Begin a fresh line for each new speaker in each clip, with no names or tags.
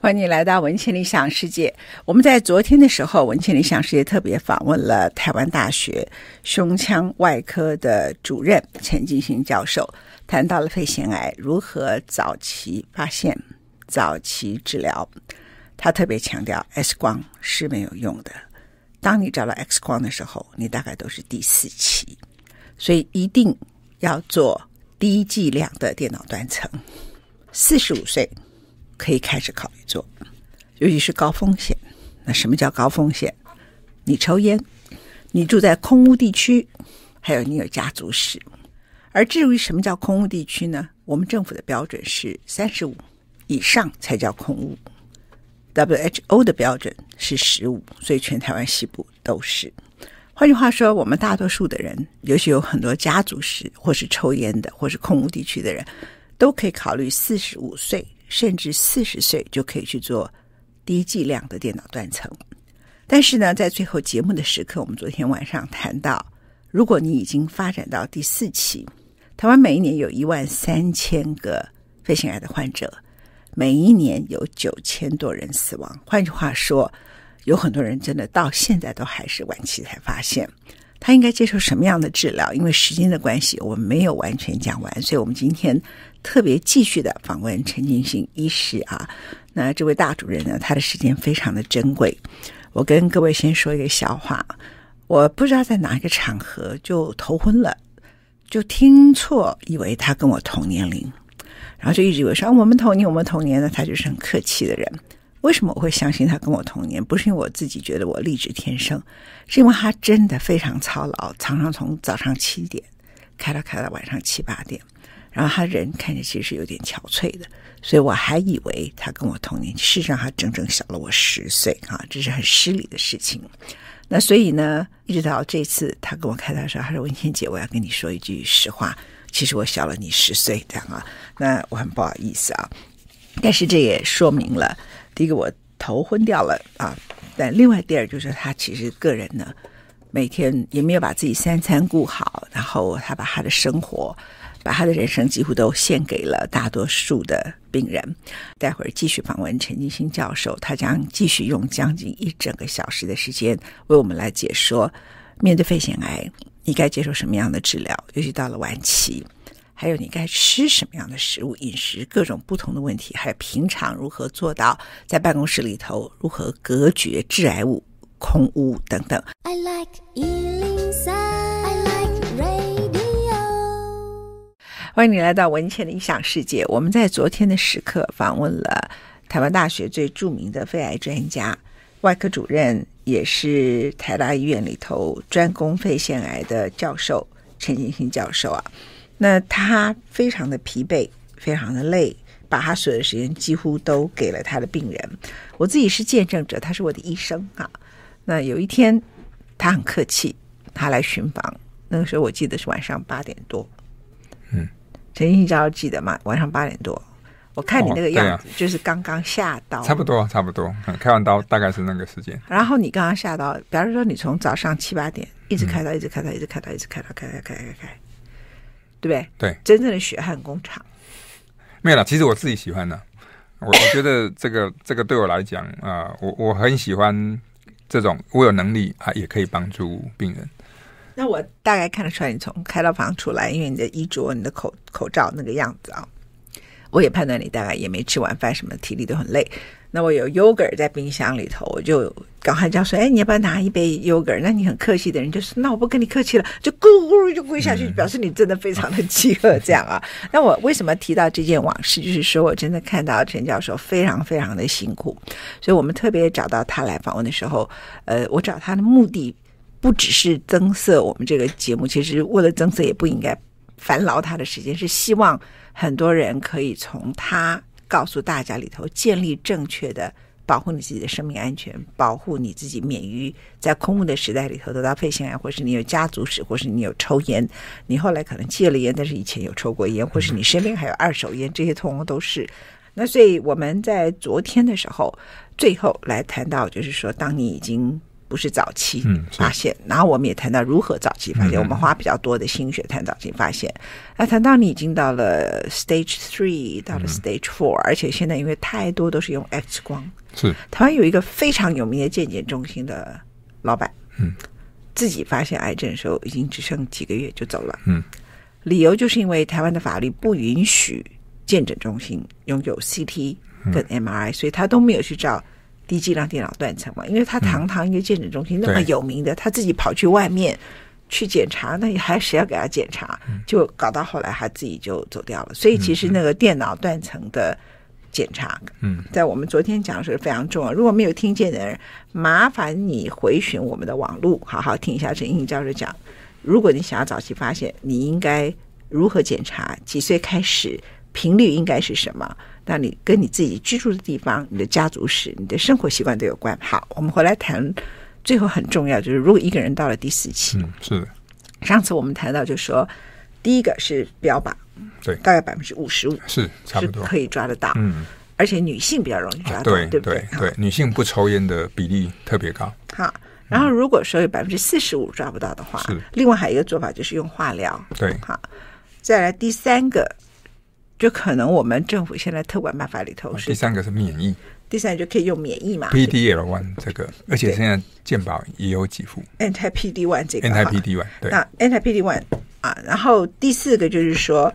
欢迎你来到文倩理想世界。我们在昨天的时候，文倩理想世界特别访问了台湾大学胸腔外科的主任陈进行教授，谈到了肺腺癌如何早期发现、早期治疗。他特别强调，X 光是没有用的。当你找到 X 光的时候，你大概都是第四期，所以一定要做低剂量的电脑断层。四十五岁可以开始考虑做，尤其是高风险。那什么叫高风险？你抽烟，你住在空屋地区，还有你有家族史。而至于什么叫空屋地区呢？我们政府的标准是三十五以上才叫空屋，WHO 的标准是十五，所以全台湾西部都是。换句话说，我们大多数的人，尤其有很多家族史或是抽烟的，或是空屋地区的人，都可以考虑四十五岁甚至四十岁就可以去做低剂量的电脑断层。但是呢，在最后节目的时刻，我们昨天晚上谈到，如果你已经发展到第四期，台湾每一年有一万三千个肺腺癌的患者，每一年有九千多人死亡。换句话说，有很多人真的到现在都还是晚期才发现。他应该接受什么样的治疗？因为时间的关系，我们没有完全讲完，所以我们今天特别继续的访问陈进兴医师啊。那这位大主任呢，他的时间非常的珍贵。我跟各位先说一个笑话，我不知道在哪一个场合就头昏了，就听错，以为他跟我同年龄，然后就一直以为说、啊、我们同年，我们同年呢，他就是很客气的人。为什么我会相信他跟我同年？不是因为我自己觉得我丽质天生，是因为他真的非常操劳，常常从早上七点开到开到晚上七八点，然后他人看着其实是有点憔悴的，所以我还以为他跟我同年，事实上他整整小了我十岁啊，这是很失礼的事情。那所以呢，一直到这次他跟我开导的时候，他说：“文倩姐，我要跟你说一句实话，其实我小了你十岁，这样啊，那我很不好意思啊。”但是这也说明了，第一个我头昏掉了啊，但另外第二就是他其实个人呢，每天也没有把自己三餐顾好，然后他把他的生活，把他的人生几乎都献给了大多数的病人。待会儿继续访问陈金星教授，他将继续用将近一整个小时的时间为我们来解说，面对肺腺癌，你该接受什么样的治疗，尤其到了晚期。还有你该吃什么样的食物，饮食各种不同的问题，还有平常如何做到在办公室里头如何隔绝致癌物、空污等等。
I like Ealing Sound. I like radio.
欢迎你来到文倩的理想世界。我们在昨天的时刻访问了台湾大学最著名的肺癌专家、外科主任，也是台大医院里头专攻肺腺癌的教授陈建新教授啊。那他非常的疲惫，非常的累，把他所有的时间几乎都给了他的病人。我自己是见证者，他是我的医生啊。那有一天，他很客气，他来巡房。那个时候我记得是晚上八点多，
嗯，
陈信昭记得吗？晚上八点多，我看你那个
哦对
样
啊
子，就是刚刚下刀，
差不多，差不多，嗯开完刀大概是那个时间。
然后你刚刚下到，比方说你从早上七八点一直开到一直开到一直开到一直开到开开开开开，对不对？
对，
真正的血汗工厂。
没有啦，其实我自己喜欢的，我我觉得这个这个对我来讲啊、呃我我很喜欢这种我有能力啊，也可以帮助病人。
那我大概看得出来，你从开刀房出来，因为你的衣着、你的口口罩那个样子啊，我也判断你大概也没吃晚饭，什么体力都很累。那我有 yogurt 在冰箱里头，我就赶快叫说：“哎，你要不要拿一杯 yogurt？” 那你很客气的人就说：“那我不跟你客气了。”就咕噜咕噜就跪下去，表示你真的非常的饥饿。这样啊， 那我为什么提到这件往事？就是说我真的看到陈教授非常非常的辛苦，所以我们特别找到他来访问的时候，呃，我找他的目的不只是增色我们这个节目，其实为了增色也不应该烦劳他的时间，是希望很多人可以从他告诉大家里头建立正确的保护你自己的生命安全，保护你自己免于在空污的时代里头得到肺腺癌，或是你有家族史，或是你有抽烟，你后来可能戒了烟，但是以前有抽过烟，或是你身边还有二手烟，这些通通都是。那所以我们在昨天的时候，最后来谈到，就是说，当你已经不是早期
嗯是
发现。然后我们也谈到如何早期发现，
嗯
我们花比较多的心血谈早期发现。那谈到你已经到了 stage three，到了 stage four，、而且现在因为太多都是用 X 光。
是，
台湾有一个非常有名的健检中心的老板，
嗯，
自己发现癌症的时候已经只剩几个月就走了，
嗯，
理由就是因为台湾的法律不允许健诊中心拥有 CT
嗯
跟 MRI，、所以他都没有去找低剂量电脑断层嘛，因为他堂堂一个健诊中心那么
嗯对
有名的，他自己跑去外面。去检查，那还谁要给他检查？
嗯
就搞到后来，他自己就走掉了。所以其实那个电脑断层的检查，
嗯，
在我们昨天讲的是非常重要。如果没有听见的人，麻烦你回寻我们的网路，好好听一下陈英教授讲。如果你想要早期发现，你应该如何检查？几岁开始？频率应该是什么？那你跟你自己居住的地方、你的家族史、你的生活习惯都有关。好，我们回来谈。最后很重要就是，如果一个人到了第四期，
嗯，是的，
上次我们谈到就说，第一个是标靶，
对
大概百分之五十五
是差
是
不多。
可以抓得到，
嗯，啊
而且女性比较容易抓到，
对
对不
对
好
对，女性不抽烟的比例特别高。
好，然后如果说有百分之四十五抓不到的话
是，
另外还有一个做法就是用化疗。
对，
好，再来第三个，就可能我们政府现在特管办法里头
啊第
是
三个是免疫
第三就可以用免疫嘛
PDL one 这个，而且
对
现在健保也有几副
anti PD one 这个哈
anti PD one，对，
那 anti PD one 啊，然后第四个就是说，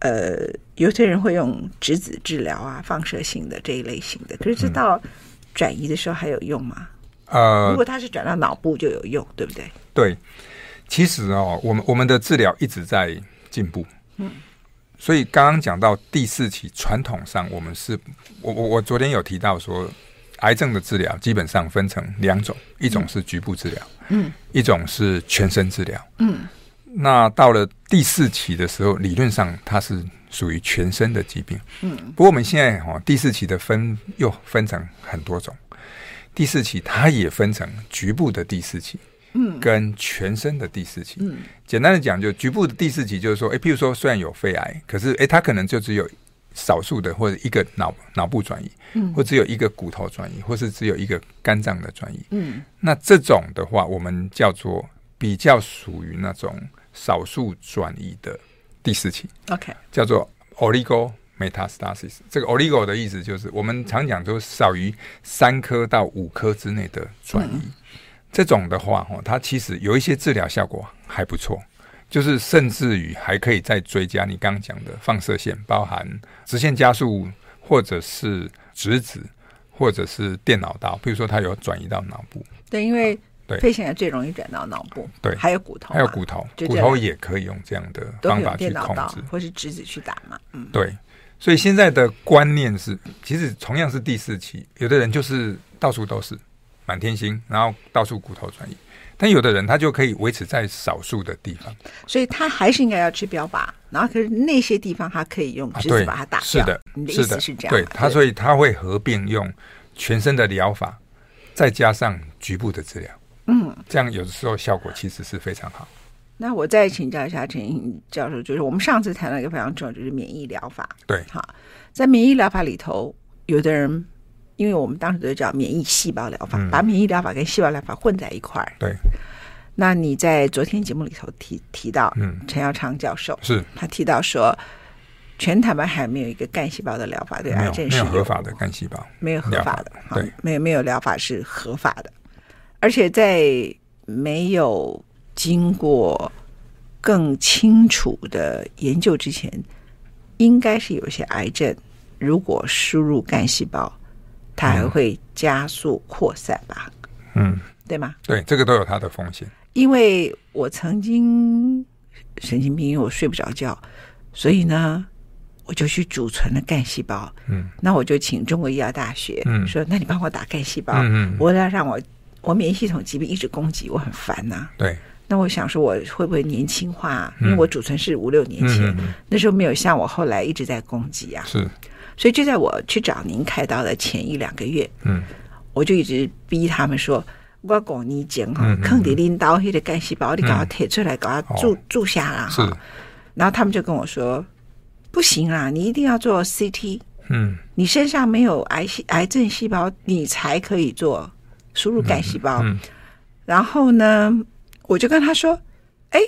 呃，有些人会用质子治疗啊、放射性的这一类型的，可是这
嗯
到转移的时候还有用吗？如
呃，
果它是转到脑部就有用，对不对？
对，其实哦，我们我们的治疗一直在进步。所以刚刚讲到第四期，传统上我们是，我我我昨天有提到说，癌症的治疗基本上分成两种，一种是局部治疗，嗯，一种是全身治疗，嗯。那到了第四期的时候，理论上它是属于全身的疾病，嗯。不过我们现在哈、哦、第四期的分又分成很多种，第四期它也分成局部的第四期，嗯，跟全身的第四期，嗯。简单的讲，就局部的第四期就是说，诶，譬如说虽然有肺癌，可是诶，它可能就只有少数的或者一个脑脑部转移，嗯，或只有一个骨头转移，或是只有一个肝脏的转移，
嗯，
那这种的话，我们叫做比较属于那种少数转移的第四期，
OK，
叫做 oligo metastasis。这个 oligo 的意思就是我们常讲说少于三颗到五颗之内的转移。
嗯
这种的话，哦，它其实有一些治疗效果还不错，就是甚至于还可以再追加你刚刚讲的放射线，包含直线加速或者是质子。或者是电脑刀，比如说它有转移到脑部，
对，因为
对
肺腺癌最容易转到脑部，
对
还有骨头嘛，
还有骨头，
就
骨
这
头
样
也可以用这样的
都可
方
以
法
用
去
电脑
控
刀
制。
或是质子去打嘛，嗯，
对，所以现在的观念是，其实同样是第四期，有的人就是到处都是满天星，然后到处骨头转移，但有的人他就可以维持在少数的地方。
所以他还是应该要吃标靶，然后可是那些地方他可以用质子
啊对
把它打，掉。
是的
你，的意
是
思
的，
是这样嘛，
对他，所以他会合并用全身的疗法，再加上局部的治疗，嗯，这样有的时候效果其实是非常好。
那我再请教一下陈英教授，就是我们上次谈到一个非常重要，就是免疫疗法。
对
好，在免疫疗法里头，有的人因为我们当时都叫免疫细胞疗
嗯
法，把免疫疗法跟细胞疗法混在一块儿。
对，
那你在昨天节目里头提提到，
嗯，
陈耀昌教授
是
他提到说，全台湾还没有一个干细胞的疗法对
没
癌
有
症
没
是
有合法的干细胞，
没有合法的
疗法，
哈
对，
没有没有疗法是合法的，而且在没有经过更清楚的研究之前，应该是有些癌症，如果输入干细胞，它还会加速扩散吧，
嗯，
对吗？
对，这个都有它的风险。
因为我曾经神经病，因为我睡不着觉，所以呢，我就去储存了干细胞。
嗯，
那我就请中国医药大学，
嗯
说那你帮我打干细胞，
嗯嗯嗯
我要让我我免疫系统疾病一直攻击，我很烦呐、
对，
那我想说，我会不会年轻化啊？因为我储存是五六年前，
嗯嗯嗯嗯
那时候没有像我后来一直在攻击啊。
是，
所以就在我去找您开刀的前一两个月，
嗯，
我就一直逼他们说，我讲你讲哈
嗯，嗯
坑底拎刀黑的干细胞，你给我
嗯
提出来，给我注、
哦
注下啦
是，
哈。然后他们就跟我说，不行啦，你一定要做 CT，
嗯，
你身上没有癌细癌症细胞，你才可以做输入干细胞。
嗯
然后呢，我就跟他说：“哎，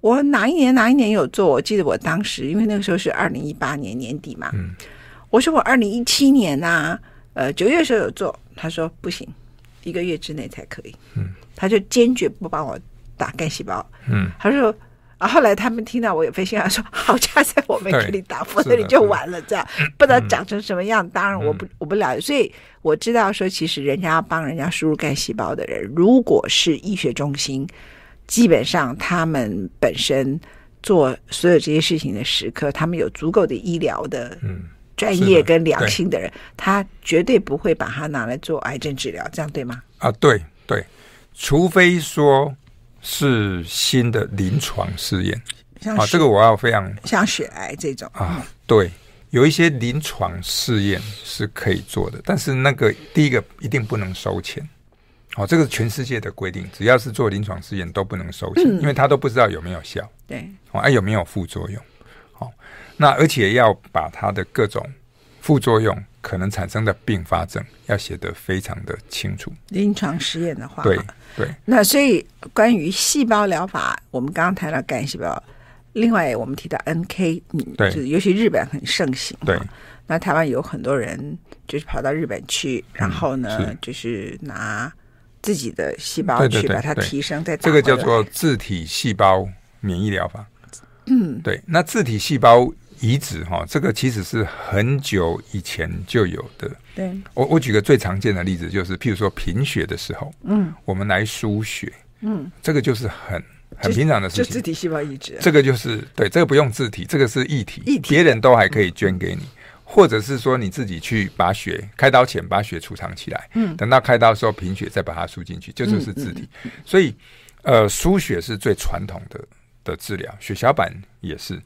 我哪一年哪一年有做？我记得我当时，因为那个时候是二零一八年年底嘛，
嗯
我说我二零一七年呐、呃九月的时候有做。”他说：“不行，一个月之内才可以。”
嗯，
他就坚决不帮我打干细胞。
嗯，
他说。啊！后来他们听到我有肺腺癌，说好加在我没
对
给你打，否
是
则你
的
就是
的嗯
完了。这样不知道长成什么样，当然我不我不了解。所以我知道说，其实人家要帮人家输入干细胞的人，如果是医学中心，基本上他们本身做所有这些事情的时刻，他们有足够的医疗的
嗯，
专
是
业
的
跟良
对
心的人，他绝对不会把它拿来做癌症治疗，这样对吗？
啊，对对，除非说是新的临床试验
像
啊，
血
这个我要非常
像血癌这种，嗯
啊，对，有一些临床试验是可以做的，但是那个第一个一定不能收钱。哦，这个是全世界的规定，只要是做临床试验都不能收钱，因为他都不知道有没有效，
对，
哦，啊有没有副作用，哦，那而且要把它的各种副作用可能产生的并发症要写得非常的清楚，
临床实验的话，
对对，
那所以关于细胞疗法，我们刚刚谈到干细胞，另外我们提到 NK，嗯，
对
就是尤其日本很盛行，
对
啊。那台湾有很多人就是跑到日本去，然后呢，
嗯是
就是拿自己的细胞
对对
去
对
把它
对
提升，再打
这个
回
叫
来
做自体细胞免疫疗法。嗯，对。那自体细胞移植哈、这个其实是很久以前就有的。
对
我我举个最常见的例子，就是譬如说贫血的时候，嗯，我们来输血，嗯，这个就是很很平常的
就
事
自
情。
体细胞移植，啊
这个就是对，这个不用自体，这个是异体，
异体
别人都还可以捐给你。或者是说你自己去把血开刀前把血储藏起来，嗯，等到开刀的时候贫血再把它输进去，这就是自体。所以，呃，输血是最传统的的治疗，血小板也是。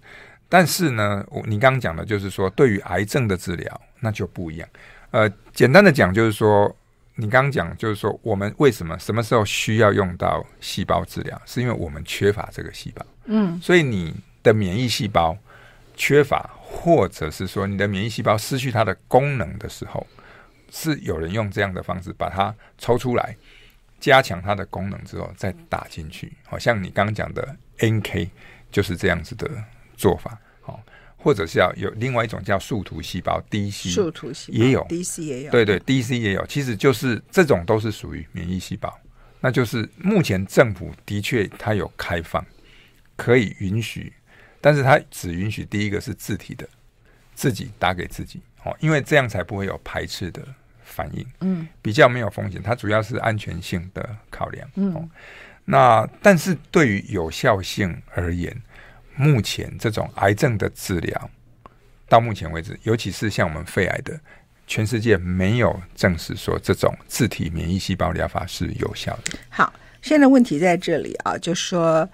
但是呢，我你刚刚讲的就是说，对于癌症的治疗那就不一样。呃，简单的讲就是说，你刚刚讲就是说，我们为什么什么时候需要用到细胞治疗，是因为我们缺乏这个细胞。嗯，所以你的免疫细胞缺乏，或者是说你的免疫细胞失去它的功能的时候，是有人用这样的方式把它抽出来，加强它的功能之后再打进去。好像你刚刚讲的 NK 就是这样子的做法。好，或者是要有另外一种叫树突细胞 DC，
树突细胞
也有
，DC 也有，
对对，DC 也有，其实就是这种都是属于免疫细胞。那就是目前政府的确它有开放，可以允许，但是它只允许第一个是自体的，自己打给自己哦，因为这样才不会有排斥的反应，嗯，比较没有风险。它主要是安全性的考量，嗯、哦。那但是对于有效性而言，目前这种癌症的治疗，到目前为止，尤其是像我们肺癌的，全世界没有证实说这种自体免疫细胞疗法是有效的。
好，现在问题在这里啊，就说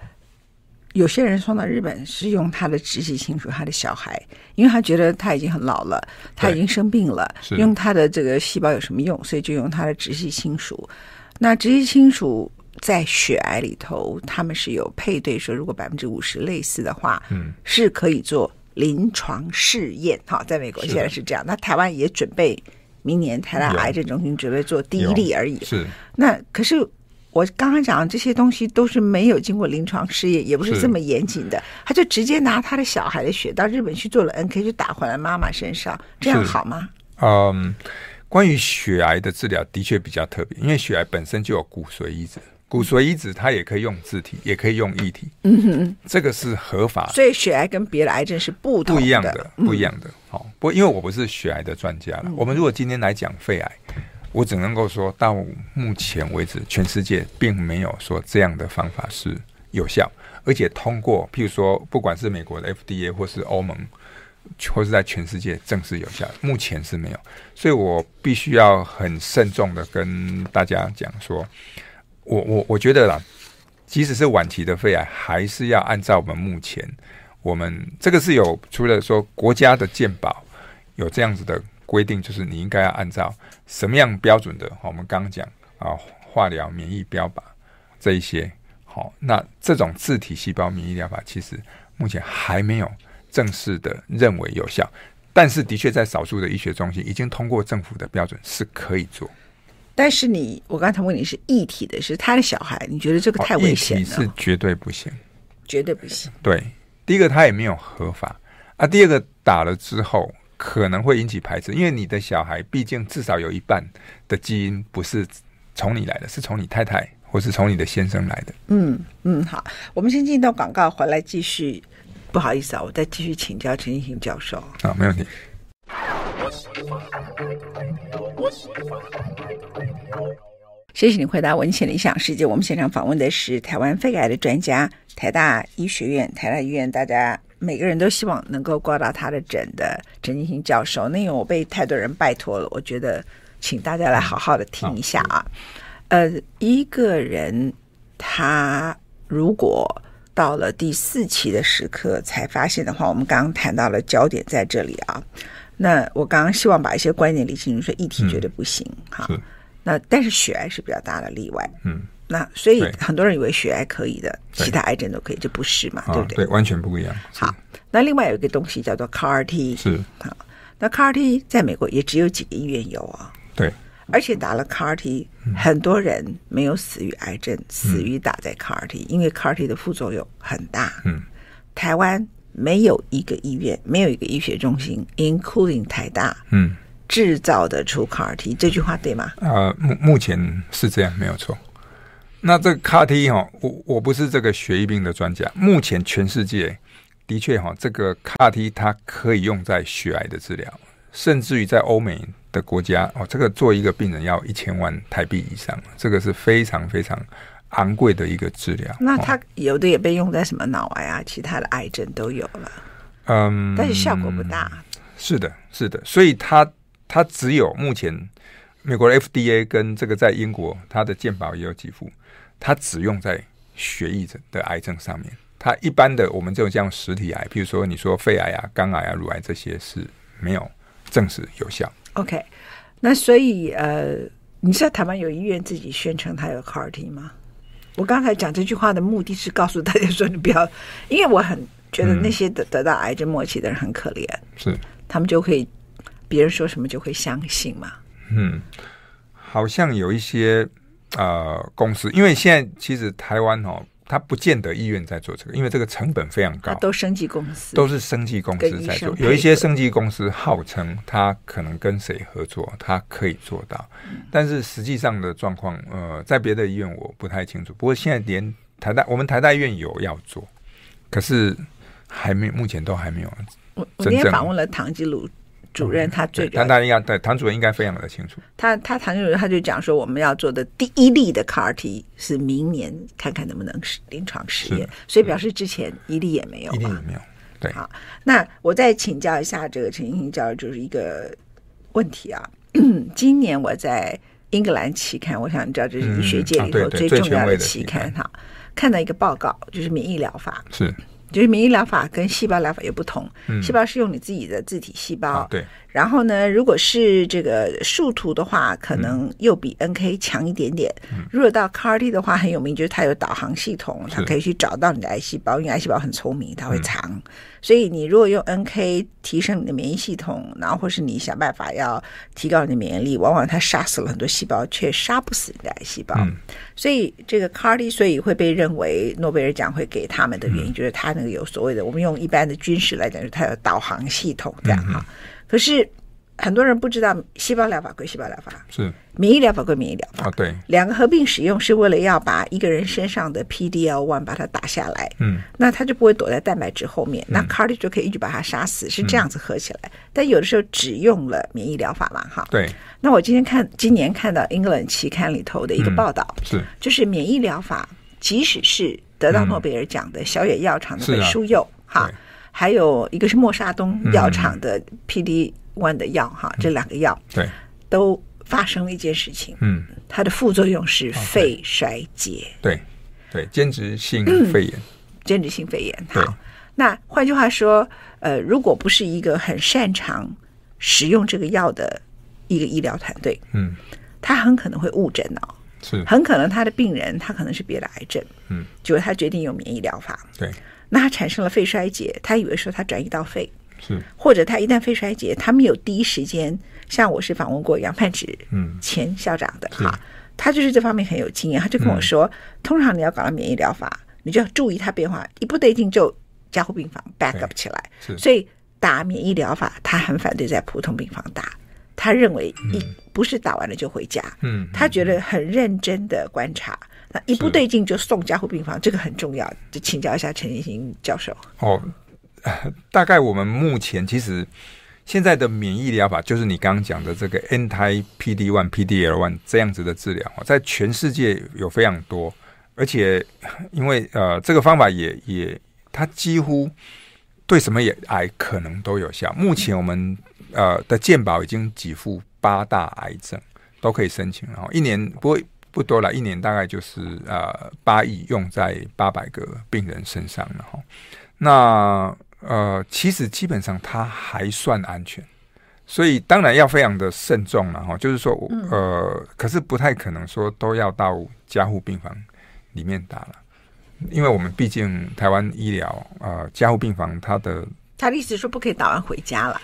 有些人送到日本是用他的直系亲属，他的小孩，因为他觉得他已经很老了，他已经生病了，
是
用他的这个细胞有什么用？所以就用他的直系亲属。那直系亲属在血癌里头，他们是有配对说，如果百分之五十类似的话，
嗯，
是可以做临床试验。哈，在美国
是的
现在是这样，那台湾也准备明年台大
有
癌症中心准备做第一
有
例而已。
是
那可是我刚刚讲的这些东西都是没有经过临床试验，也不是
是
这么严谨的，他就直接拿他的小孩的血到日本去做了 NK，就打回来妈妈身上，这样
是
好吗？
嗯，关于血癌的治疗的确比较特别，因为血癌本身就有骨髓移植，骨髓移植它也可以用自体，也可以用异体，嗯哼，这个是合法
所以血癌跟别的癌症是不同
不一样
的
的，，嗯不一样的。好、不过因为我不是血癌的专家了，我们如果今天来讲肺癌，我只能够说到目前为止，全世界并没有说这样的方法是有效，而且通过譬如说，不管是美国的 FDA 或是欧盟，或是在全世界正式有效，目前是没有。所以我必须要很慎重的跟大家讲说，我我我觉得啦，即使是晚期的肺癌，还是要按照我们目前我们这个是有除了说国家的健保有这样子的规定，就是你应该要按照什么样标准的，哦我们刚刚讲啊，化疗、免疫标靶这一些，好、那这种自体细胞免疫疗法其实目前还没有正式的认为有效。但是，的确在少数的医学中心已经通过政府的标准是可以做。
但是你，我刚才问你是异体的，是他的小孩，你觉得这个太危险
哦一体
了，
是绝对不行。
绝对不行。
对，第一个他也没有合法啊，第二个打了之后可能会引起排斥，因为你的小孩毕竟至少有一半的基因不是从你来的，是从你太太或是从你的先生来的。
嗯嗯，好，我们先进一段广告，回来继续。不好意思啊，我再继续请教陈进行教授。
啊，没问题。
谢谢你回答文献理想世界。我们现场访问的是台湾肺癌的专家，台大医学院，台大医院大家每个人都希望能够挂到他的诊的陈进兴教授。那因为我被太多人拜托了，我觉得请大家来好好的听一下啊。呃，一个人他如果到了第四期的时刻才发现的话，我们刚刚谈到了焦点在这里啊。那我刚刚希望把一些观点理清楚，说议题绝对不行哈、
嗯是
那但是血癌是比较大的例外，
嗯，
那所以
对
很多人以为血癌可以的，
对
其他癌症都可以，这不是嘛，
啊
对不对？
完全不一样。是
好，那另外有一个东西叫做 CAR T，
是，
好，那 CAR T 在美国也只有几个医院有啊，
对，
而且打了 CAR T，、很多人没有死于癌症，
嗯
死于打在 CAR T，、因为 CAR T 的副作用很大。
嗯，
台湾没有一个医院，没有一个医学中心，including 台大
嗯，
制造的出 CAR T，这句话对吗？
呃，目目前是这样，没有错。那这个 CAR T 哈、我我不是这个血液病的专家。目前全世界的确哈、这个 CAR T 它可以用在血癌的治疗，甚至于在欧美的国家哦，这个做一个病人要一千万台币以上，这个是非常非常昂贵的一个治疗。
那
哦
它有的也被用在什么脑癌啊，其他的癌症都有了，
嗯，
但是效果不大。
是的，是的，所以它它只有目前美国的 FDA 跟这个在英国它的健保也有几副，它只用在血液的癌症上面。它一般的我们这种像实体癌，譬如说你说肺癌啊、肝癌啊、乳癌这些是没有证实有效。
OK，那所以呃，你知道台湾有医院自己宣称它有 CAR T 吗？我刚才讲这句话的目的是告诉大家说，你不要，因为我很觉得那些得得到癌症末期的人很可怜，
是，
他们就会别人说什么就会相信嘛。
嗯，好像有一些呃公司，因为现在其实台湾哦，它不见得医院在做这个，因为这个成本非常
他
高。
都生技公司，
都是生技公司
跟医
在做
生，配
有一些
合
生技公司号称它可能跟谁合作，它可以做到，
嗯
但是实际上的状况，呃，在别的医院我不太清楚。不过现在连台大，我们台大医院有要做，可是还没，目前都还没有。
我我那天
真正
访问了唐吉鲁主任，他最
嗯对，
了
但大家应该对谭主任应该非常的清楚。
他他唐主任他就讲说，我们要做的第一例的 CAR T 是明年看看能不能实临床实验，所以表示之前一例也没有
一定有
嘛。
没有？对，
好，那我再请教一下这个陈英英教授，就是一个问题啊。 今年我在英格兰期刊，我想你知道这是医学界
嗯啊
里头
对
重
对最权
要
威的
期
期
刊
刊
哈，看到一个报告，就是免疫疗法，
是
就是免疫疗法跟细胞疗法也不同，
嗯
细胞是用你自己的自体细胞，
啊，对，
然后呢，如果是这个树突的话，可
嗯
能又比 NK 强一点点。如果到 CAR-T 的话，很有名，就是它有导航系统，它
是嗯
可以去找到你的癌细胞，因为癌细胞很聪明，它会藏。所以你如果用 NK 提升你的免疫系统，然后或是你想办法要提高你的免疫力，往往它杀死了很多细胞，却杀不死你的癌细胞。
嗯
所以这个 CAR-T 所以会被认为诺贝尔奖会给他们的
嗯
原因，就是它那个有所谓的，我们用一般的军事来讲，就是它有导航系统这
嗯
样哈、可是很多人不知道，细胞疗法归细胞疗法，
是
免疫疗法归免疫疗法，
啊，对，
两个合并使用是为了要把一个人身上的 PD-L one 把它打下来，
嗯，
那它就不会躲在蛋白质后面，那 CAR T 就可以一举把它杀死，是这样子合起来。但有的时候只用了免疫疗法嘛，哈。
对，
那我今天看今年看到《England》期刊里头的一个报道，
是
就是免疫疗法，即使是得到诺贝尔奖的小野药厂的
嗯是啊
本书佑、哈
对，
还有一个是默沙东药厂的 PD one 的药哈，这两个药
对，
都发生了一件事情，
嗯，
它的副作用是肺衰竭，
对，对，兼职性肺炎，
间质性肺炎。
对
嗯好，那换句话说，呃，如果不是一个很擅长使用这个药的一个医疗团队，
嗯，
他很可能会误诊哦，
是，
很可能他的病人他可能是别的癌症，
嗯，
结果他决定用免疫疗法，
对，
那他产生了肺衰竭，他以为说他转移到肺，
是，
或者他一旦肺衰竭，他们有第一时间，像我是访问过杨盼芷
嗯，
前校长的
是嗯
哈，他就是这方面很有经验，他就跟我说，通常你要搞到免疫疗法，你就要注意它变化，一不对劲就加护病房 back up 起来，
是
所以打免疫疗法，他很反对在普通病房打，他认为一、不是打完了就回家，
嗯，
他觉得很认真的观察。那一不对劲就送加护病房，这个很重要，就请教一下陈建新教授。
哦， 大概我们目前其实现在的免疫疗法，就是你刚刚讲的这个 anti PD one、PD L one 这样子的治疗，在全世界有非常多，而且因为呃这个方法也也它几乎对什么也癌可能都有效。目前我们呃的健保已经给付八大癌症都可以申请，然后一年不会。不多了，一年大概就是呃八亿用在八百个病人身上了哈。那呃，其实基本上它还算安全，所以当然要非常的慎重了哈。就是说，
嗯
呃，可是不太可能说都要到加护病房里面打了，因为我们毕竟台湾医疗呃加护病房它的，
他的意思说不可以打完回家了。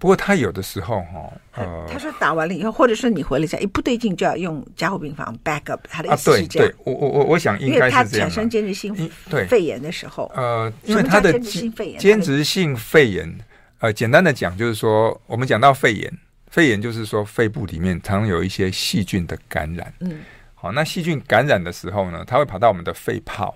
不过它有的时候哈，呃，
他说打完了以后，或者说你回了家，一不对劲就要用加护病房 back up。他的意
啊，
思
对
是这样，
对，我我我我想应
因为
该
他
是这
产
样啊
生
啦，
间质性
因对
肺炎的时候，
呃，因
什
为
么
它
叫
的
间质
基
性肺炎，
间质性肺炎，呃，简单的讲就是说，我们讲到肺炎，肺炎就是说肺部里面常有一些细菌的感染。
嗯，
好，那细菌感染的时候呢，它会跑到我们的肺泡，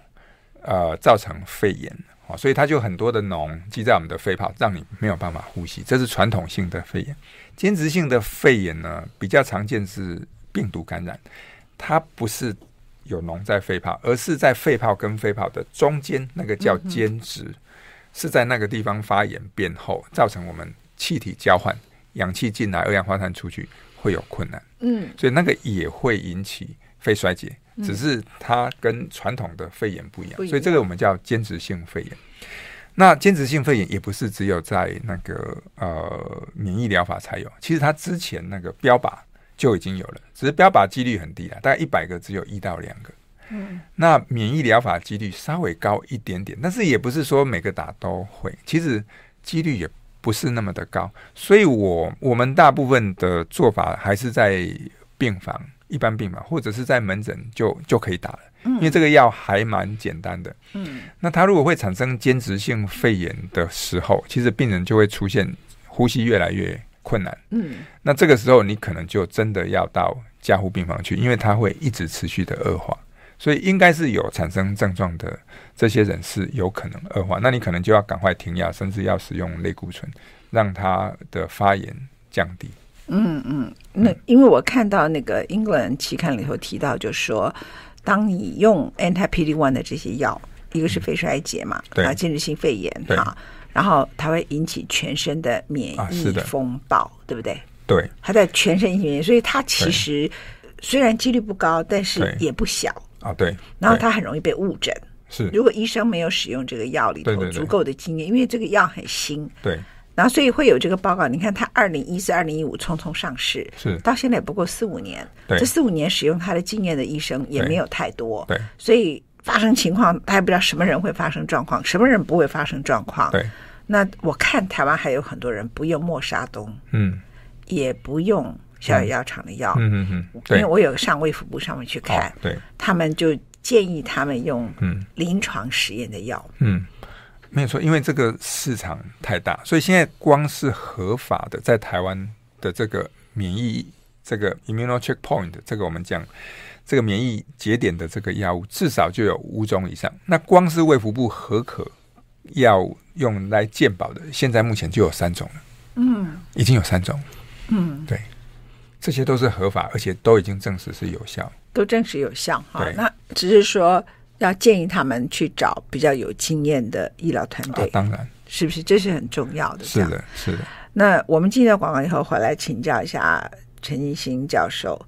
呃，造成肺炎。好，所以它就很多的脓积在我们的肺泡，让你没有办法呼吸，这是传统性的肺炎。间质性的肺炎呢，比较常见是病毒感染，它不是有脓在肺泡，而是在肺泡跟肺泡的中间那个叫间质，是在那个地方发炎变厚，造成我们气体交换，氧气进来，二氧化碳出去会有困难，
嗯，
所以那个也会引起肺衰竭，只是它跟传统的肺炎不一样，
不一样
所以这个我们叫间质性肺炎。那间质性肺炎也不是只有在那个呃免疫疗法才有，其实它之前那个标靶就已经有了，只是标靶几率很低了，大概一百个只有一到两个。
嗯
那免疫疗法几率稍微高一点点，但是也不是说每个打都会，其实几率也不是那么的高。所以我我们大部分的做法还是在病房、一般病房或者是在门诊就就可以打了，因为这个药还蛮简单的。
嗯，
那它如果会产生间质性肺炎的时候，其实病人就会出现呼吸越来越困难。
嗯，
那这个时候你可能就真的要到加护病房去，因为它会一直持续的恶化，所以应该是有产生症状的这些人是有可能恶化，那你可能就要赶快停药，甚至要使用类固醇，让它的发炎降低。
嗯那因为我看到那个 England 期刊里头提到，就说当你用 anti PD one 的这些药，一个是肺衰竭嘛，
对
啊，间质性肺炎
对
哈，然后它会引起全身的免
啊
疫
是的
风暴，对不对？
对，
它在全身引起免疫，所以它其
对
实虽然几率不高，但是
对
也不小，
啊对，
然后
对
它很容易被误诊。
是
如果医生没有使用这个药里
对
头
对对
足够的经验，因为这个药很新，
对
然后所以会有这个报告。你看，它二零一四、二零一五匆匆上市，
是
到现在也不过四五年。
对
这四五年使用它的经验的医生也没有太多，
对
所以发生情况，他也不知道什么人会发生状况，什么人不会发生状况。
对，
那我看台湾还有很多人不用默沙东，
嗯
也不用小野药厂的药，
嗯嗯嗯，
因
对
为，我有上卫福部上面去看，
哦对，
他们就建议他们用
嗯
临床实验的药。
嗯，没有错，因为这个市场太大，所以现在光是合法的在台湾的这个免疫这个 immuno checkpoint 这个我们讲这个免疫节点的这个药物，至少就有五种以上。那光是卫福部合可药用来健保的，现在目前就有三种了。嗯，已经有三种。嗯，对，这些都是合法，而且都已经证实是有效。
都真实有效哈
对。
那只是说要建议他们去找比较有经验的医疗团
啊
队，，
当然
是不是？这是很重要的。
是
这样。
的，是的。
那我们进到广告以后，回来请教一下陈一新教授，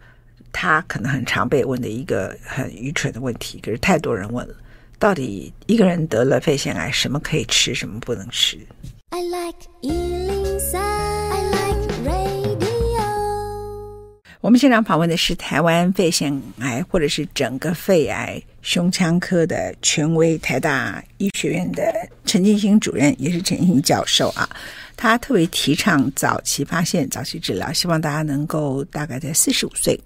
他可能很常被问的一个很愚蠢的问题，可是太多人问了。到底一个人得了肺腺癌，什么可以吃，什么不能吃？
I like Ealing Sound. I like radio.
我们现场访问的是台湾肺腺癌或者是整个肺癌胸腔科的权威，台大医学院的陈进兴主任，也是陈进兴教授啊。他特别提倡早期发现、早期治疗，希望大家能够大概在四十五岁。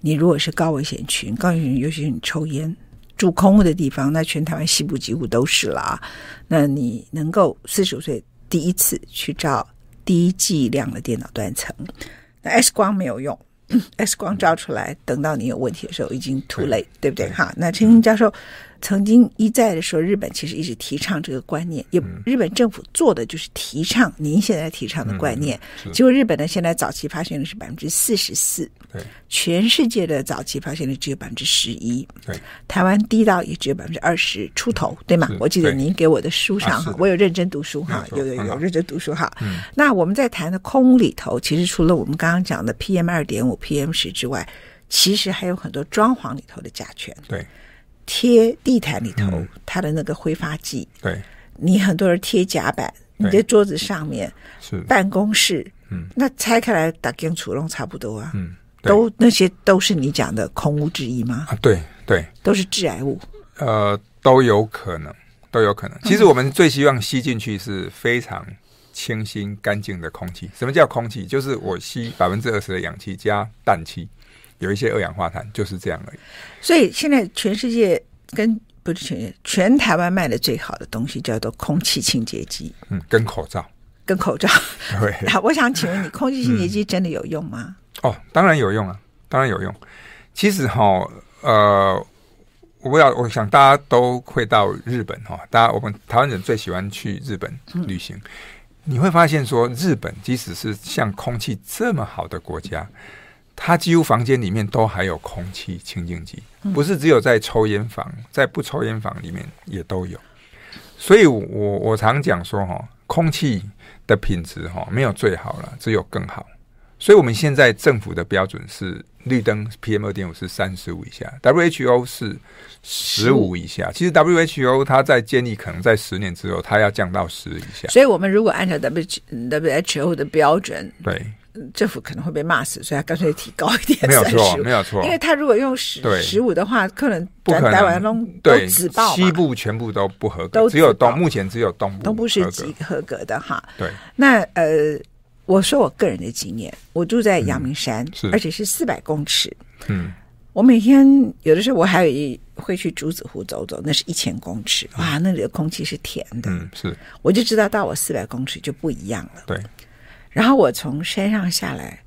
你如果是高危险群，高危险群尤其是你抽烟、住空屋的地方，那全台湾西部几乎都是了啊。那你能够四十五岁第一次去照低剂量的电脑断层，那 X 光没有用。X 光照出来，等到你有问题的时候已经 too late，对不对？
对
哈，那陈英教授曾经一再的说，日本其实一直提倡这个观念，也日本政府做的就是提倡您现在提倡的观念。
嗯是
结果日本呢，现在早期发现率是百分之四十四，
对
全世界的早期发现率只有百分之十一，
对，
台湾低到也只有百分之二十出头，对吗
是？
我记得
对
您给我的书
啊
上
是
哈
的，
我有认真读书哈
没，错
有有
很
有
好
认真读书哈。
嗯
那我们在谈的空里头，其实除了我们刚刚讲的 PM 二点五、PM 十之外，其实还有很多装潢里头的甲醛，
对
贴地毯里头、
嗯
它的那个挥发剂，
对
你很多人贴甲板，你
对
的桌子上面、
是，
办公室，
嗯，
那拆开来打跟除弄差不多啊，
嗯，对
都那些都是你讲的空污之一吗？
啊，对对，
都是致癌物，
呃，都有可能，都有可能。其实我们最希望吸进去是非常清新干净的空气。什么叫空气？就是我吸百分之二十的氧气加氮气，有一些二氧化碳，就是这样而已。
所以现在全世界跟不是全世界，全台湾卖的最好的东西叫做空气清洁机
嗯，跟口罩。
跟口罩。
对，
啊， 我想请问你，空气清洁机真的有用吗？
哦，当然有用啊，当然有用。其实哈、呃，我要我想大家都会到日本哈、大家我们台湾人最喜欢去日本旅行。你会发现说，日本即使是像空气这么好的国家，它几乎房间里面都还有空气清净机，不是只有在抽烟房，在不抽烟房里面也都有。所以我，我我常讲说哈、空气的品质哈、没有最好了，只有更好。所以我们现在政府的标准是绿灯 PM 二点五是三十五以下，WHO 是十五以下。其实 WHO 它在建议可能在十年之后，它要降到十以下。
所以我们如果按照 W WHO 的标准，
对，
政府可能会被骂死，所以他干脆提高一点，
没有
35
错，没有错
因，为他如果用十
对
十五的话，可能
不可能
台湾弄都
对，
自爆
西
嘛，
部全部都不合
都
格，
自
只有
爆
东目前只有东部
都不是
合格
及合格的哈。
对
那呃，我说我个人的经验，我住在阳明山，
嗯是
而且是四百公尺。
嗯
我每天有的时候我还有一会去竹子湖走走，那是一千公尺，哇，那里的空气是甜的，
嗯是
我就知道到我四百公尺就不一样了。
对
然后我从山上下来，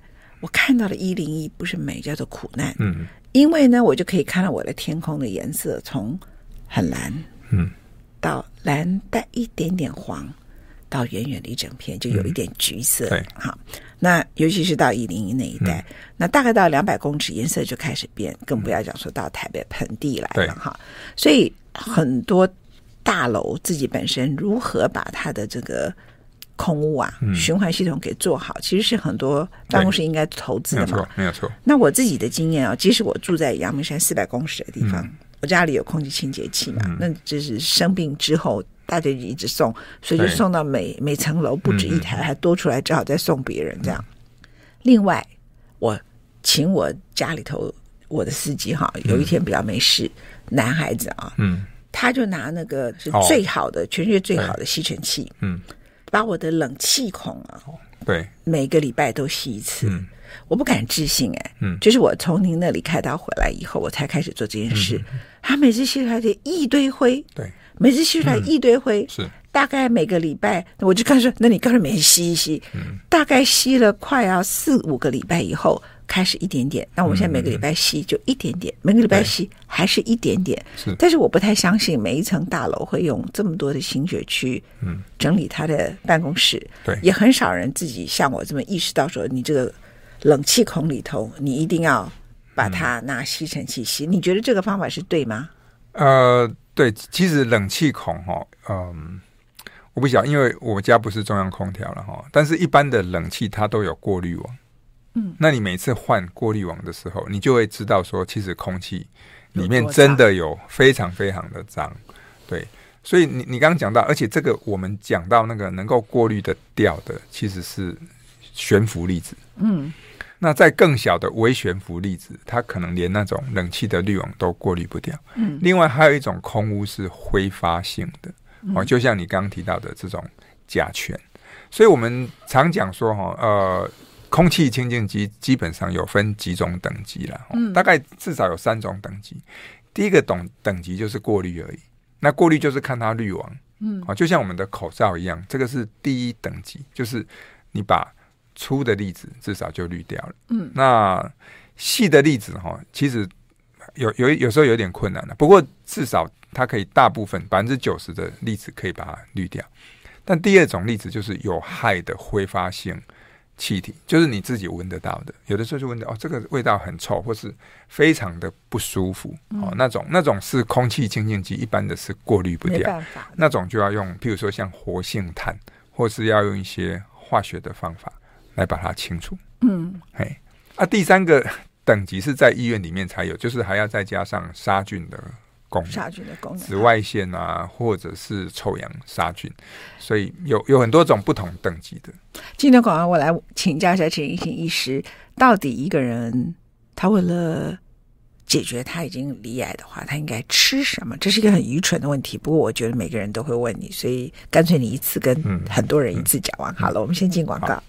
我看到了一零一，不是美，叫做苦难，
嗯
因为呢，我就可以看到我的天空的颜色从很蓝
嗯
到蓝带一点点黄，到远远的一整片就有一点橘色。
对
好，那尤其是到一零一那一
嗯
带，那大概到两百公尺颜色就开始变，更不要讲说到台北盆地来
对
了哈。所以很多大楼自己本身如何把它的这个。空屋啊，
嗯
循环系统给做好，其实是很多办公室应该投资
没有
的嘛
错。没有错
那我自己的经验啊、即使我住在阳明山四百公尺的地方，
嗯
我家里有空气清洁器嘛，那只是生病之后。大家就一直送，所以就
对嗯
送到每每层楼不止一台，还多出来，只好再送别人这样。另外，我请我家里头我的司机哈，有一天比较没事，男孩子啊，
嗯
他就拿那个是
哦
最好的、全世界最好的吸尘器，
嗯
把我的冷气孔啊，
对
每个礼拜都吸一次，
嗯
我不敢置信哎、
嗯
就是我从您那里开刀回来以后，我才开始做这件事。他每次吸出来的一堆灰，
嗯对
每次吸出来一堆灰，
嗯是
大概每个礼拜，我就看说，那你干脆每天吸一吸，
嗯
大概吸了快要四五个礼拜以后，开始一点点。那我现在每个礼拜吸就一点点，每个礼拜
对
吸还是一点点。
是
但是我不太相信每一层大楼会用这么多的心血去整理他的办公室，
嗯对
也很少人自己像我这么意识到说，你这个冷气孔里头，你一定要把它
嗯
拿吸尘器吸。你觉得这个方法是对吗？
呃对，其实冷气孔哈嗯。我不晓得，因为我家不是中央空调了哈，但是一般的冷气它都有过滤网，嗯，那你每次换过滤网的时候，你就会知道说，其实空气里面
有多脏
真的有非常非常的脏，对，所以你你刚刚讲到，而且这个我们讲到那个能够过滤的掉的，其实是悬浮粒子，嗯，那在更小的微悬浮粒子，它可能连那种冷气的滤网都过滤不掉。嗯，另外还有一种空污是挥发性的，哦，就像你刚刚提到的这种甲醛。所以我们常讲说哈，呃，空气清净机基本上有分几种等级啦，哦大概至少有三种等级。第一个等等级就是过滤而已，那过滤就是看它滤网，嗯，哦，就像我们的口罩一样，这个是第一等级，就是你把粗的粒子至少就滤掉了，嗯，那细的粒子哈、哦，其实有有有时候有点困难了，不过至少它可以大部分百分之九十的粒子可以把它滤掉。但第二种例子就是有害的挥发性气体，就是你自己闻得到的，有的时候就闻到哦，这个味道很臭，或是非常的不舒服哦，那种那种是空气清净机一般的是过滤不
没
掉
办，法，
那种就要用，譬如说像活性炭，或是要用一些化学的方法来把它清除。
嗯，
嘿，啊，第三个等级是在医院里面才有，就是还要再加上杀菌的功能。
杀菌的功能。
紫外线啊，或者是臭氧杀菌，所以有有很多种不同等级的。
今天广告我来请教一下陈奕迅医师，到底一个人他为了解决他已经离癌的话，他应该吃什么？这是一个很愚蠢的问题，不过我觉得每个人都会问你，所以干脆你一次跟
嗯
很多人一次讲完、好了。我们先进广告。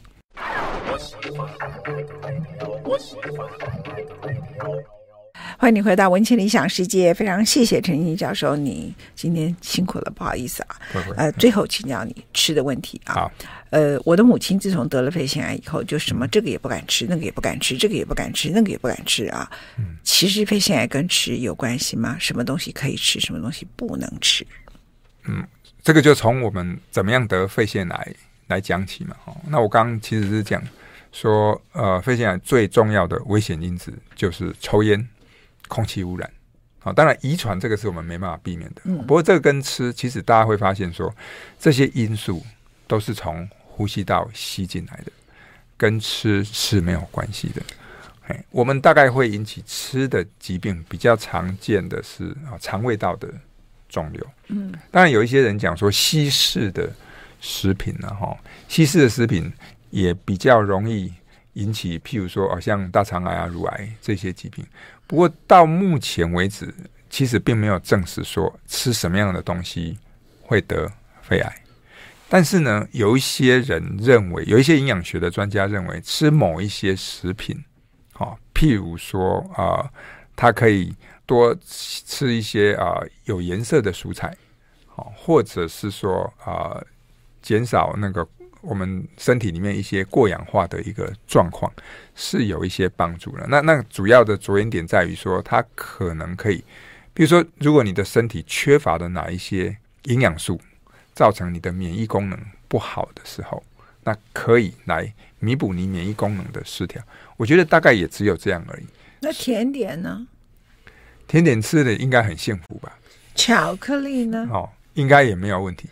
欢迎你回到文倩理想世界，非常谢谢陈奕迅教授，你今天辛苦了，不好意思啊。
会不会
呃，最后请教你吃的问题啊
好。嗯
呃，我的母亲自从得了肺腺癌以后，就什么这个也不敢吃，那个也不敢吃，这个也不敢吃，那个也不敢吃啊。
嗯
其实肺腺癌跟吃有关系吗？什么东西可以吃，什么东西不能吃？
这个就从我们怎么样得肺腺癌来讲起嘛。哦，那我刚刚其实是讲说，呃，肺腺癌最重要的危险因子就是抽烟、空气污染。好、当然遗传这个是我们没办法避免的。不过这个跟吃，其实大家会发现说，这些因素都是从呼吸道吸进来的，跟吃是没有关系的。哎，我们大概会引起吃的疾病比较常见的是啊、肠胃道的肿瘤。当然有一些人讲说西式的食品呢、啊，哈，西式的食品也比较容易引起，譬如说哦，像大肠癌啊、乳癌这些疾病。不过到目前为止，其实并没有证实说吃什么样的东西会得肺癌。但是呢，有一些人认为，有一些营养学的专家认为，吃某一些食品，哦，譬如说啊、呃它可以多吃一些啊、呃有颜色的蔬菜，哦，或者是说啊、呃减少那个我们身体里面一些过氧化的一个状况，是有一些帮助的。那那主要的着眼点在于说，它可能可以，比如说，如果你的身体缺乏的哪一些营养素，造成你的免疫功能不好的时候，那可以来弥补你免疫功能的失调。我觉得大概也只有这样而已。
那甜点呢？
甜点吃的应该很幸福吧？
巧克力呢？
哦，应该也没有问题。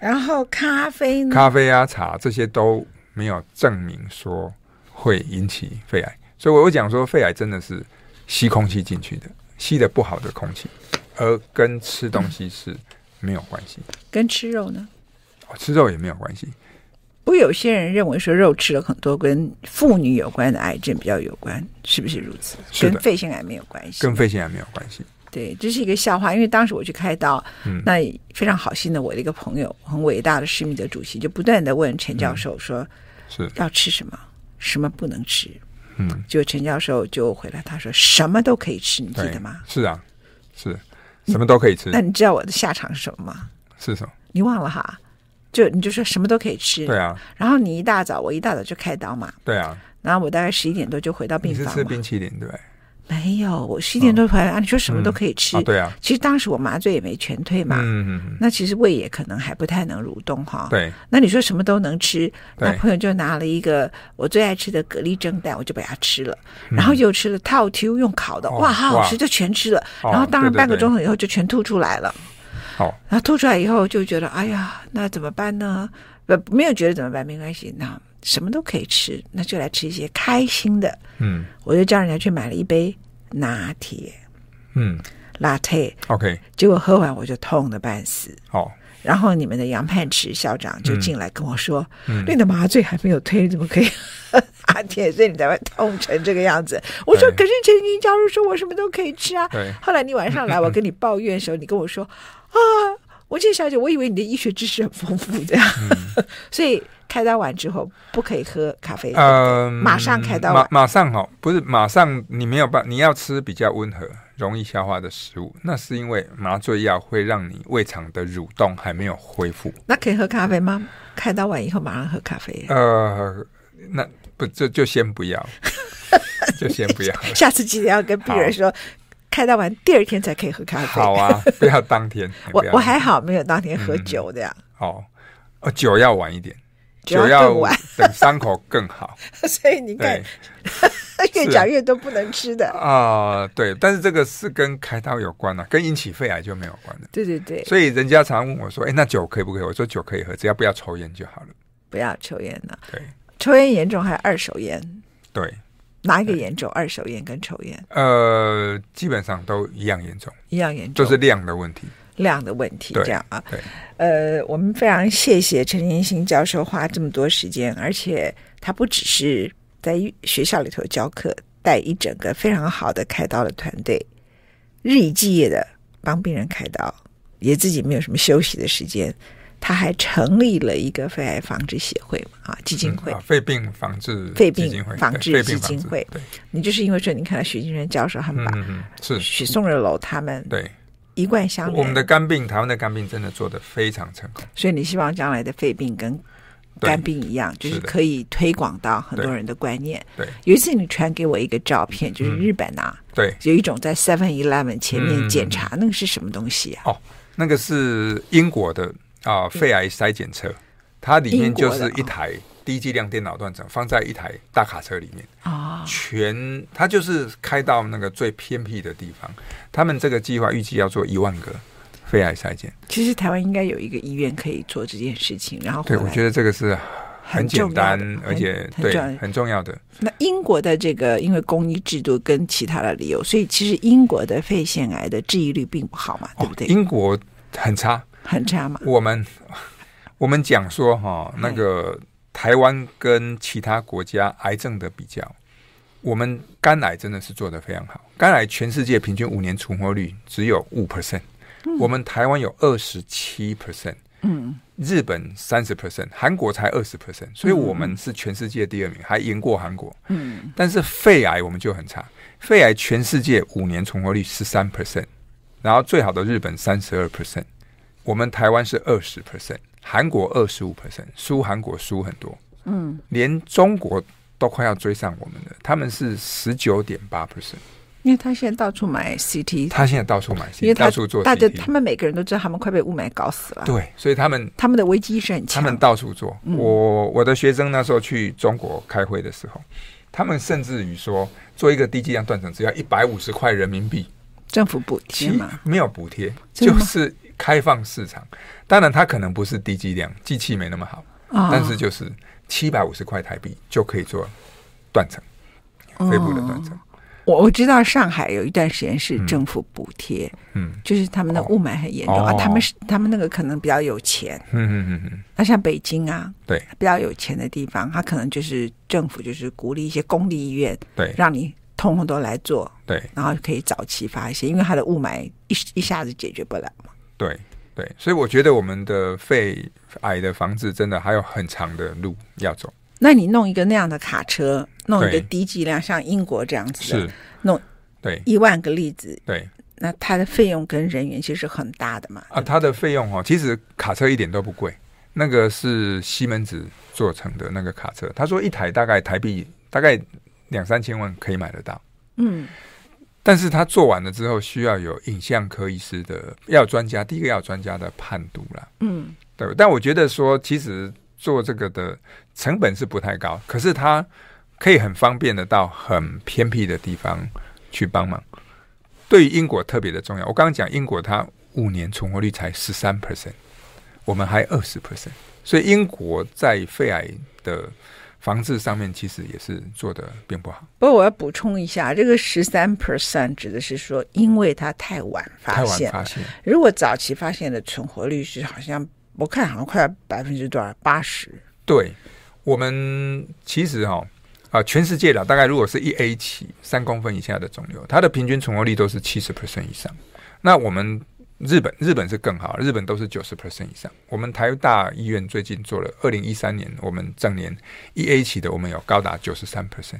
然后咖啡呢？
咖啡啊、茶这些都没有证明说会引起肺癌，所以我讲说肺癌真的是吸空气进去的，吸的不好的空气，而跟吃东西是没有关系，
跟吃肉呢？
哦吃肉也没有关系。
不，有些人认为说肉吃了很多跟妇女有关的癌症比较有关，是不是如此？
是的
跟肺腺癌没有关系。
跟肺腺癌没有关系。
对，这是一个笑话，因为当时我去开刀，
嗯
那非常好心的我的一个朋友，很伟大的市密德主席，就不断的问陈
嗯
教授说、
是，
要吃什么，什么不能吃。
嗯，
就陈教授就回答他说什么都可以吃，你记
对
得吗？嗯
是啊，是，什么都可以吃
那，你知道我的下场是什么吗？
是什么？
你忘了哈？就你就说什么都可以吃，
对啊，
然后你一大早，我一大早就开刀嘛，
对啊，
然后我大概十一点多就回到
你
病
是
房
吃
嘛
冰淇淋对不对？
没有，我十一点多回来，按理说什么都可以吃。
啊，对啊，
其实当时我麻醉也没全退嘛，
嗯，嗯
那其实胃也可能还不太能蠕动哈。
嗯，。对，
那你说什么都能吃，
对
那朋友就拿了一个我最爱吃的蛤蜊蒸蛋，我就把它吃了，然后又吃了套 Q 用烤的，
嗯哦
哇，好好吃，
哇
就全吃了。
哦
然后当
对
然
对
半个
对
钟头以后就全吐出来了。
好，
然后吐出来以后就觉得，哎呀，那怎么办呢？呃，没有觉得怎么办，没关系，那什么都可以吃，那就来吃一些开心的。
嗯
我就叫人家去买了一杯拿铁
嗯
（latte），
，OK，
结果喝完我就痛的半死。
好，
然后你们的杨盼池校长就
嗯
进来跟我说：“
嗯
你的麻醉还没有推，你怎么可以 打铁？所以你才会痛成这个样子。”我说：“
对
可是陈金教授说我什么都可以吃啊。
对”
后来你晚上来，我跟你抱怨的时候，你跟我说：“啊，文倩小姐，我以为你的医学知识很丰富的。
嗯
所以开刀完之后不可以喝咖啡。
呃，
马上开刀
马
完
马上哈，不是马上，你没有办，你要吃比较温和、容易消化的食物，那是因为麻醉药会让你胃肠的蠕动还没有 恢复。
那可以喝咖啡吗？开刀完以后马上喝咖啡，
呃，那不就就先不 要，就先不要。
下次记得要跟病人说，开刀完第二天才可以喝咖啡。
好啊，不要当天。
我
不要
我还好没有当天喝酒的呀，
哦哦，酒要晚一点，
酒要
要
更晚
等伤口 更好。
所以你看
对
越
是
讲越多不能吃 的。
啊、对，但是这个是跟开刀有关的、啊跟引起肺癌就没有关的。
对对对，
所以人家常问我说：“哎，那酒可以不可以？”我说：“酒可以喝，只要不要抽烟就好了。
不要抽烟了。
对
抽烟严重还有二手烟，”
对，
哪一个严重？二手烟跟抽烟
呃，基本上都一样严重，
一样严重，
就是量的问题。
量的问题
对
这样啊。
对，
呃，我们非常谢谢陈年新教授花这么多时间，而且他不只是在学校里头教课，带一整个非常好的开刀的团队，日以继夜的帮病人开刀，也自己没有什么休息的时间。他还成立了一个肺癌防治协会嘛啊基金会
嗯啊，肺病防治
肺
基
病
金会
防
对
治
肺
基
病防
金
治
会
对，
你就是因为说你看到许金仁教授他们
嗯
把
嗯嗯，是，
许宋日楼他们
对，
一贯相
我们的
连，
肝病，台湾的肝病真的做得非常成功。
所以你希望将来的肺病跟
对
肝病一样，就是
是的
可以推广到很多
对
人的观念。
对
有一次你传给我一个照片，就是
嗯
日本呐、
对，
有一种在 Seven Eleven 前面
嗯
检查，那个是什么东西啊？
那个是英国的啊、肺癌筛检车，它里面
嗯
就
英
是
国的哦
一台低剂量电脑断层放在一台大卡车里面，哦
啊、
全它就是开到那个最偏僻的地方。他们这个计划预计要做一万个肺癌筛检，
其实台湾应该有一个医院可以做这件事情，然后
对
回
我
来
觉得这个是
很
很
重
简
要的
单
很，
而且
很
对
重要的
很重要的。
那英国的这个因为公益制度跟其他的理由，所以其实英国的肺腺癌的治愈率并不好嘛，对不对？
英国很差，
很差嘛。
我们 我们讲说哈、
嗯
那个台湾跟其他国家癌症的比较，我们肝癌真的是做得非常好。肝癌全世界平均五年存活率只有五 percent，、我们台湾有二十七 percent，
嗯，
日本三十 percent，韩国才二十 percent，所以我们是全世界第二名，还赢过韩国。
嗯，
但是肺癌我们就很差，肺癌全世界五年存活率十三 percent，然后最好的日本三十二 percent，我们台湾是二十 percent，韩国二十五 percent，输韩国输很多，嗯，连中国都快要追上我们了，他们是十九点八 percent，
因为他现在到处买 CT，
他现在到处买
因为
CT，
他
到处做
大家
CT，
他们每个人都知道他们快被雾霾搞死了，
对，所以他们
他们的危机意识很
他
强。
们到处做。
嗯
我我的学生那时候去中国开会的时候，他们甚至于说做一个低剂量断层只要一百五十块人民币，
政府补贴
其
嘛，
没有补贴，
真的
就
吗
是开放市场。当然，它可能不是低剂量，机器没那么好，
啊
但是就是七百五十块台币就可以做断层，肺部的断层。
我我知道上海有一段时间是政府补贴，
嗯
就是他们的雾霾很严重、
哦
啊，他们是他们那个可能比较有钱，
嗯嗯嗯嗯，
那像北京啊，
对
比较有钱的地方，他可能就是政府就是鼓励一些公立医院，
对
让你通通都来做，
对
然后可以早期发现，因为它的雾霾一一下子解决不了嘛。
对对，所以我觉得我们的肺癌的防治真的还有很长的路要走。
那你弄一个那样的卡车，弄一个
对
低剂量，像英国这样子的，
是，
弄
对
一万个例子，
对
那它的费用跟人员其实很大的嘛。
啊，它的费用哦，其实卡车一点都不贵，那个是西门子做成的那个卡车，他说一台大概台币大概两三千万可以买得到。
嗯，
但是他做完了之后，需要有影像科医师的，要有专家，第一个要有专家的判读啦。
嗯，
对。但我觉得说，其实做这个的成本是不太高，可是他可以很方便的到很偏僻的地方去帮忙。对于英国特别的重要。我刚刚讲英国，它五年存活率才十三 percent，我们还二十 percent，所以英国在肺癌的防治上面其实也是做的并不好，
不过我要补充一下，这个十三 percent 指的是说，因为它太晚
太
发
晚
现
发
了。
现，
如果早期发现的存活率是好像，我看好像快百分之多少，八十。
对我们其实哈、啊，全世界的大概如果是一 A 期三公分以下的肿瘤，它的平均存活率都是七十 percent 以上。那我们日本日本是更好，日本都是九十 percent 以上。我们台大医院最近做了二零一三年我们整年一 A 期的，我们有高达九十三 percent。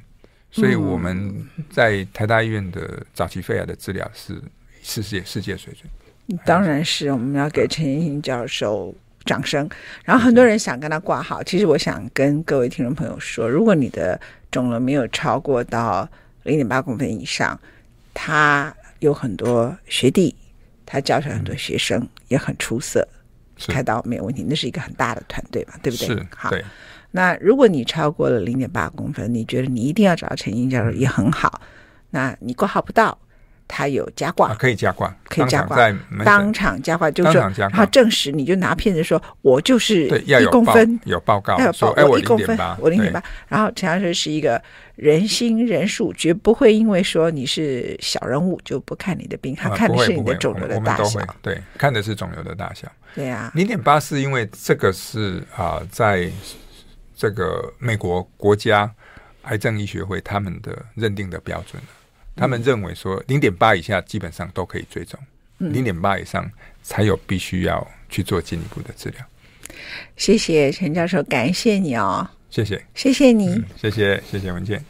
所以我们在台大医院的早期肺癌的治疗是世界世界水准。哎
当然是我们要给陈建新教授掌声。然后很多人想跟他挂号，其实我想跟各位听众朋友说，如果你的肿瘤没有超过到零点八公分以上，他有很多学弟，他教出来很多学生、也很出色，
嗯是
开刀没有问题，那是一个很大的团队嘛，对不对？
是，
好。
对，
那如果你超过了零点八公分，你觉得你一定要找陈英教授也很好，那你挂号不到，他有加挂
嗯啊，，可以加挂，
可以加
当场
挂
在门诊
当场加挂，就是说
当场加挂
然后证实，你就拿片子说，我就是
对，要
一
有
公
报
分，
有报告
要有
说，
报，
哎，我
一
零
公
点
分
八，，
我零点
对
八。然后陈教授是一个人心人数，绝不会因为说你是小人物就不看你的病，他
啊
看
不
的
会
是你
不
的
会
肿
我
瘤
们
的
我们
大
都
小
会，对，看的是肿瘤的大小。
对啊呀，
零点八是因为这个是啊、在这个美国国家癌症医学会他们的认定的标准，他
嗯
们认为说零点八以下基本上都可以追踪，
嗯
零点八以上才有必须要去做进一步的治疗。
谢谢陈教授，感谢你哦，
谢谢，
谢谢你。
嗯谢谢，谢谢文健。